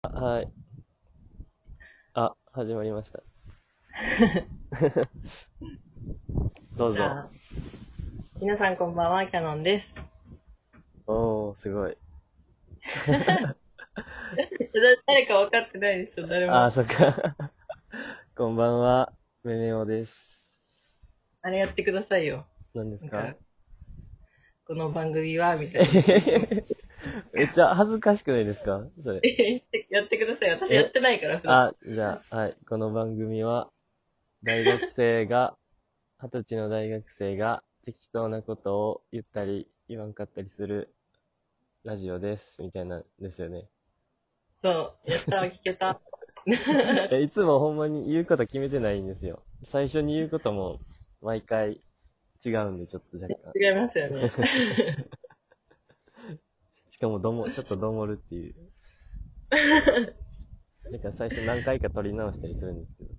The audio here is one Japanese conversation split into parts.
あはい。あ、始まりました。 どうぞ。あ、皆さんこんばんは、キャノンです。 おー、すごい。誰か分かってないでしょ、誰あー、も。そっか。こんばんは。めめおです。あれやってくださいよ。何ですなんかか、この番組は、み たいな。めっちゃ恥ずかしくないですかそれ。やってください。私やっえてないから、普段。あ、じゃあ、はい。この番組は、大学生が、二十歳の大学生が適当なことを言ったり、言わんかったりするラジオです。みたいなんですよね。そう、やったわ、聞けた。 え、いつもほんまに言うこと決めてないんですよ。最初に言うことも毎回違うんで、ちょっと若干。違いますよ ね。しかもども、ちょっとどもるっていう。なんか最初何回か撮り直したりするんですけど。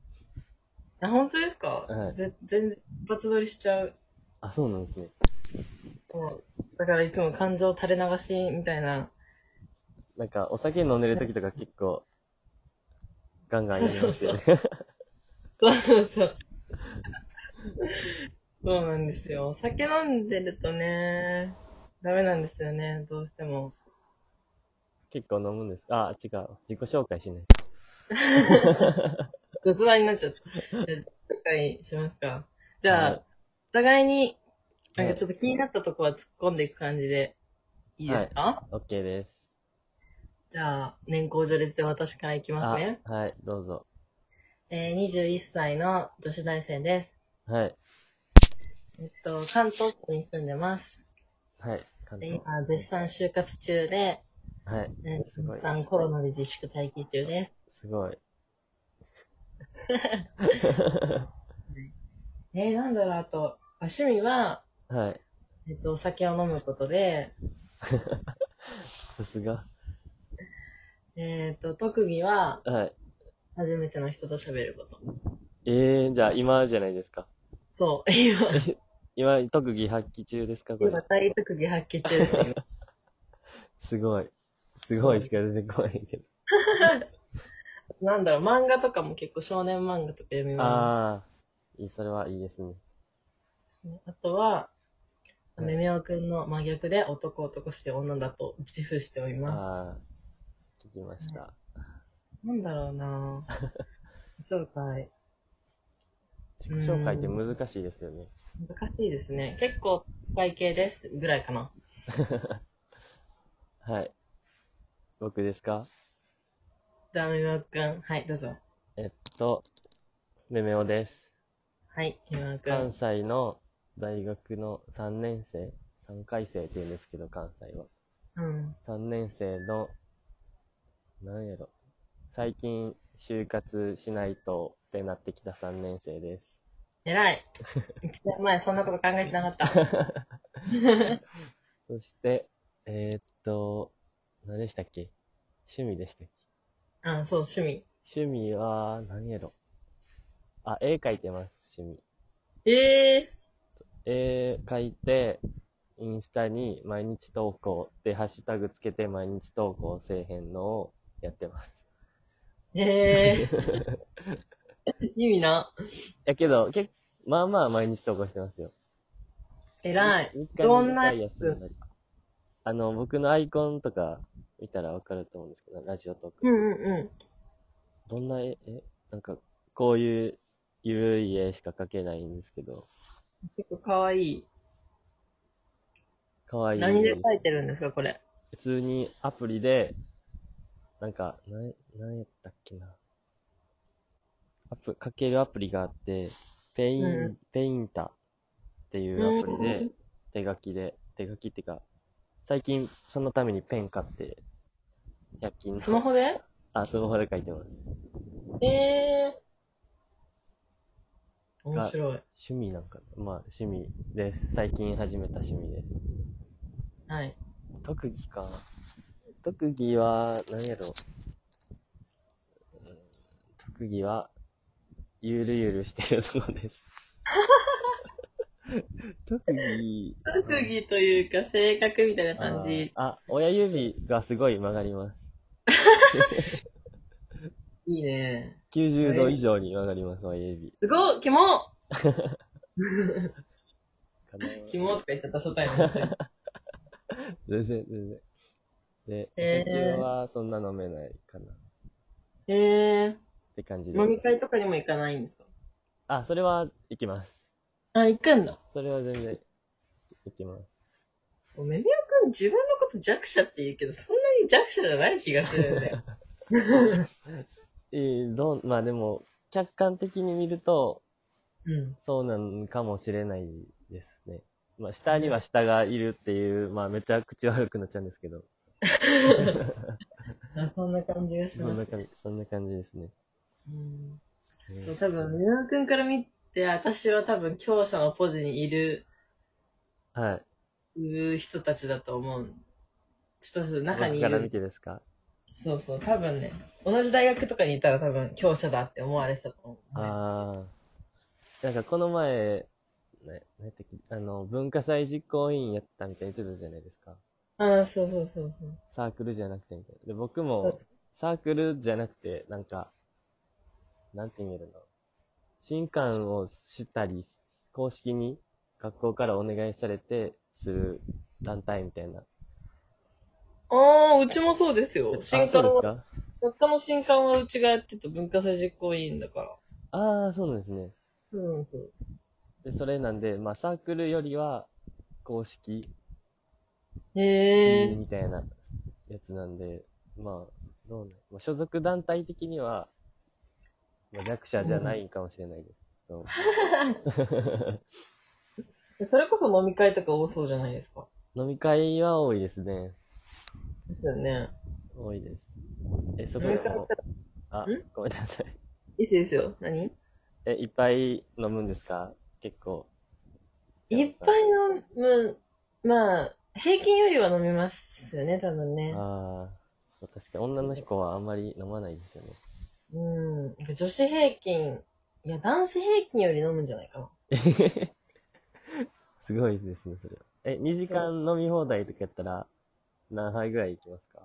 あ、本当ですかはい。ぜ全然、一発撮りしちゃう。あ、そうなんですね。もう、だからいつも感情垂れ流しみたいな。なんかお酒飲んでる時とか結構ガンガンそうやりそますうそよね。う。 そうそうそう。そうなんですよ。お酒飲んでるとね、ダメなんですよね、どうしても。 結構飲むんです。あ、違う。自己紹介しない。雑談になっちゃった。じゃあ、紹介しますか。じゃはあ、お互いに、い。なんはかい。ちょっと気になったとこは突っ込んでいく感じでいいではすい。か OK です。じゃあ、年功序列で私からいきますあ、ね。はい。どうぞ。えー、21歳の女子大生です。はい。えっと、関東区に住んでます。はい。関で、東。今、絶賛就活中で、はい。えーす絶ごい。賛コロナで自粛待機中です。すごい。えー、なんだろう、あと、まあ趣味は、はい。えっと、お酒を飲むことで、さすが。えっと、特技は、はい。初めての人と喋ること。ええー、じゃあ今じゃないですか。そう、 今、え今、特技発揮中ですか、こ今、れ。大特技発揮中ですね。すごい。すそごういでしすか出てこないけど。なんだろう、漫画とかも結構少年漫画とか読みまああ、いい、それはいいですね。す。あとは、はめい。めおくんの真逆で男男しい女だと自負しております。ああ、聞きましはいた。なんだろう なぁ。紹介。自う己紹介ってん、難しいですよね。難しいですね。結構、外形です、ぐらいかな。はい。僕ですかじゃあ、めめおくん、はい、どうぞ。えっと、めめおです。はい、めめおくん。関西の大学の3年生、3回生って言うんですけど、関西は。うん。 3年生の、なんやろ、最近就活しないとってなってきた3年生です。偉 い。一年前、そんなこと考えてなかった。そして、えーっと、何でしたっけ趣味でしたっ うん、そう、趣味。け趣味は、何やろ。あ、絵描いてます、趣味。え絵え描いて、インスタに毎日投稿ってハッシュタグつけて毎日投稿せえへんのをやってます。ー、え えー、いいな。やけど、けまあまあ毎日投稿してますよ。み偉い。 3日にどん2なや回休んつだり。あの、僕のアイコンとか見たらわかると思うんですけど、ラジオトークうの。んうんうどんな絵、え、なんか、こういうゆるい絵しか描けないんですけど、ん。結構かわいい。かわい何い絵でで書す。いてるんですか、これ。普通にアプリで、なんか、なん、なんやったっけな。アプ、描けるアプリがあって、ペイうン、ん。ペインタっていうアうプリで、ん。手書きで、手書きっていうか、最近そのためにペン買って、100均スマの、ホであ、スマホで書いてます。ええー、面が、白い。趣味なんかな、まあ趣味です。最近始めた趣味です。はい。特技か。特技は、何やろ。うん特技は、ゆるゆるしてるとこです。 特技、特うん技というか、性格みたいな感あー、じ。あ、親指がすごい曲がります。いいね。 90度以上に上がります、親指。すごいキモ可能キモって言っちゃった初対面の 人に。全然、全然。で、へーお酒はそんな飲めないかなっえて感じでー、す。飲み会とかにも行かないんですかあ、それは行きます。あ、行くんだ。それは全然行きます。もうメミオくん自分のこと弱者って言うけど、そんなに弱者じゃない気がするんだ よ。えー、どう、まあでも、客観的に見ると、うん。そうなのかもしれないですね。まあ、下には下がいるっていう、まあ、めっちゃ口悪くなっちゃうんですけど、あそんな感じがしそんまなすね。感じ、そんな感じですね。うんうんそう多分、メミオくんから見て、私は多分強者のポジにいるはい。いう人たちだと思う。ちょっと中にい僕から見る。てですかそうそう、多分ね、同じ大学とかにいたら多分強者だって思われてたと思う、ね。ああ。なんかこの前、ね、なんやったっけあの、文化祭実行委員やったみたいに言ってたじゃないですか。ああ、そうそうそうそう。サークルじゃなくてみたいな。で、僕そうも、サークルじゃなくて、なんか、なんて言うんやろな。新刊をしたり、公式に学校からお願いされてする団体みたいな。ああ、うちもそうですよ。あ、新そうで刊すは、か学科の新刊はうちがやってた文化祭実行委員だから。ああ、そうなんですね。うん、そう。で、それなんで、まあサークルよりは、公式へえ。みたいなやつなんで、まあ、どうなん、まあ、所属団体的には、まあ、弱者じゃないんかもしれないです。 そう。それこそ飲み会とか多そうじゃないですか。飲み会は多いですね。ですよね。多いです。え、そこ飲でみ会行もったら、あん、ごめんなさい。いいですよ。何え、いっぱい飲むんですか結構。いっぱい飲む、まあ、平均よりは飲みますよね、多分ね。ああ、確かに女の子はあんまり飲まないですよね。うん。女子平均、いや、男子平均より飲むんじゃないかな。 すごいですね、それは。え、2時間飲み放題とかやったら、何杯ぐらいいきますか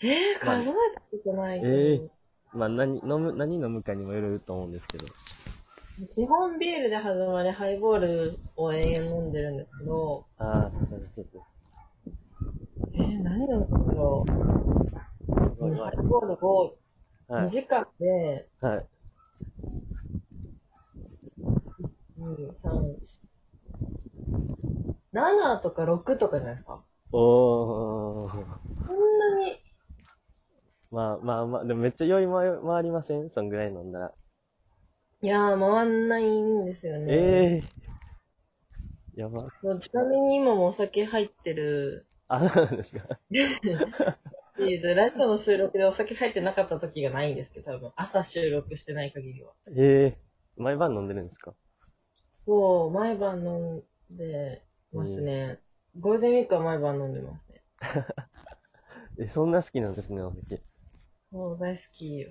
えー、数えたことないけど、えーまあ、何、飲む、何飲むかにもよると思うんですけど。基本ビールで始まり、ハイボールを延々飲んでるんですけど、ああ、なるほど。えー、何飲むんだろう。すごい、ハまイボールをあ、は2い。時間で、はい。 2、3、7とか6とかじゃないですか。おー。そんなに、まあまあまあ、でもめっちゃ酔い回回りませんそんぐらい飲んだら。いやー、回んないんですよね。ええー。やば。そうちなみに今もお酒入ってるあ、そうなんですか。し、ラジオの収録でお酒入ってなかった時がないんですけど、多分朝収録してない限りは。ええー。毎晩飲んでるんですかそう、毎晩飲んでますね。ゴールデンウィークは毎晩飲んでますね。え、そんな好きなんですね、お酒。 そう、大好きよ。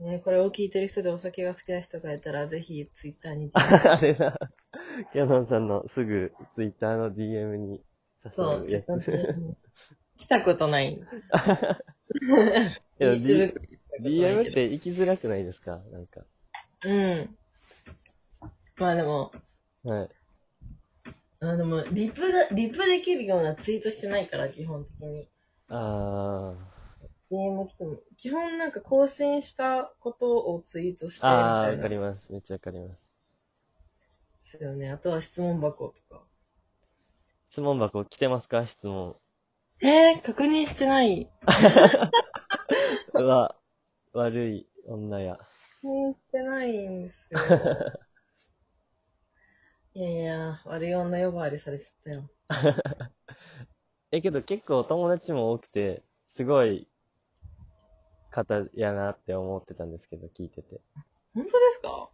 ね、これを聞いてる人でお酒が好きな人がいたら、ぜひツイッターに。あれだ。キャノンさんのすぐツイッターの DM にそう、誘うやツイッタつ。ーに来たことない。 いや Facebook 来たことないけど DM って行きづらくないですかなんか。うん。まあでも、はい。あでもリプが、リプできるようなツイートしてないから、基本的に。あ DM 来ても。基本なんか更新したことをツイートしてあ。ああ、わみたかいなります。めっちゃわかります。ですよね。あとは質問箱とか。質問箱来てますか質問。えー、確認してない。うわ、悪い女や。確認してないんです よ。いやいや、悪い女呼ばわりされちゃったよ。え、けど結構友達も多くて、すごい方やなって思ってたんですけど、聞いてて。本当ですか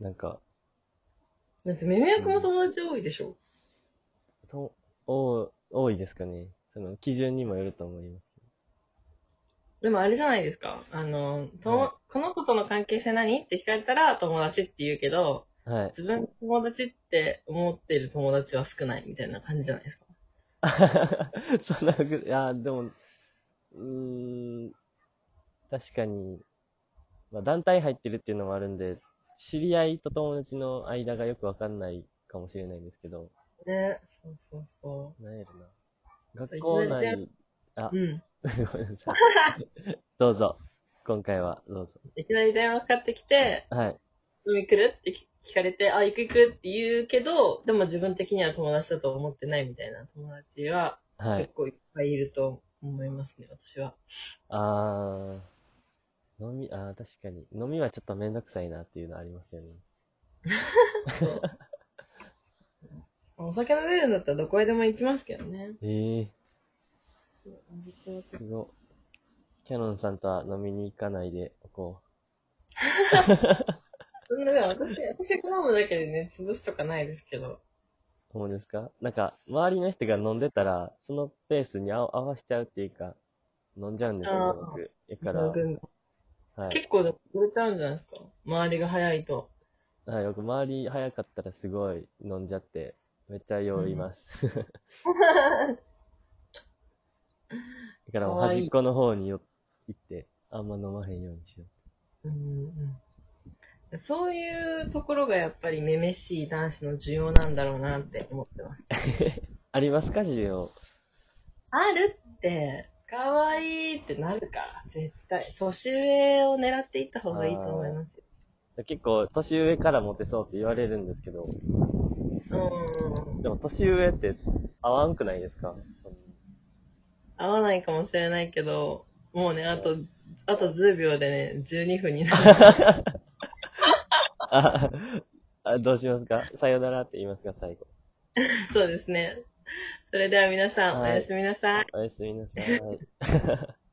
なんか、だって、めめやくも友達多いでしょ。とお多いですかね。その基準にもよると思います。でもあれじゃないですか。あの、ともはいこの子との関係性何って聞かれたら友達って言うけど、はい。自分友達って思ってる友達は少ないみたいな感じじゃないですか。 そんなふく、いや、でも、うーん、確かに、まあ、団体入ってるっていうのもあるんで、知り合いと友達の間がよくわかんないかもしれないんですけど、ね、そうそうそなんやろな。学校内、あう。う、ん。 ごめんなさい。どうぞ。今回は、どうぞ。いきなり電話かかってきて、はい。海来るって聞かれて、あ、行く行くって言うけど、でも自分的には友達だと思ってないみたいな友達ははい結。構いっぱいいると思いますね、私は。あー、飲み、あー、確かに。飲みはちょっとめんどくさいなっていうのありますよね。そう。お酒飲めるんだったらどこへでも行きますけどね。ええそうー、すごい。キャノンさんとは飲みに行かないでおこそんなでも私、私が飲むだけでね、潰すとかないですけど。う。思うんですかなんか、周りの人が飲んでたら、そのペースに合わ合わしちゃうっていうか、飲んじゃうんですよね、あー僕。だから、群馬はい。結構でも潰れちゃうんじゃないですか周りが早い と。はい、僕、周り早かったらすごい飲んじゃって、めっちゃ酔います。だからもうかわいい端っこの方によ行って、あんま飲まへんようにしようんうんそういうところがやっぱりめめしい男子の需要なんだろうなって思ってます。う。ありますか、需要。あるって、かわいいってなるから、絶対。年上を狙っていった方がいいと思いますよ。結構、年上からモテそうって言われるんですけど、うん。でも年上って合わんくないですかその合わないかもしれないけど、もうね、あと、あと10秒でね、12分になる。 ああどうしますかさよならって言いますか、最後。そうですね。それでは皆さん、はいおやすみなさい。おやすみなさい。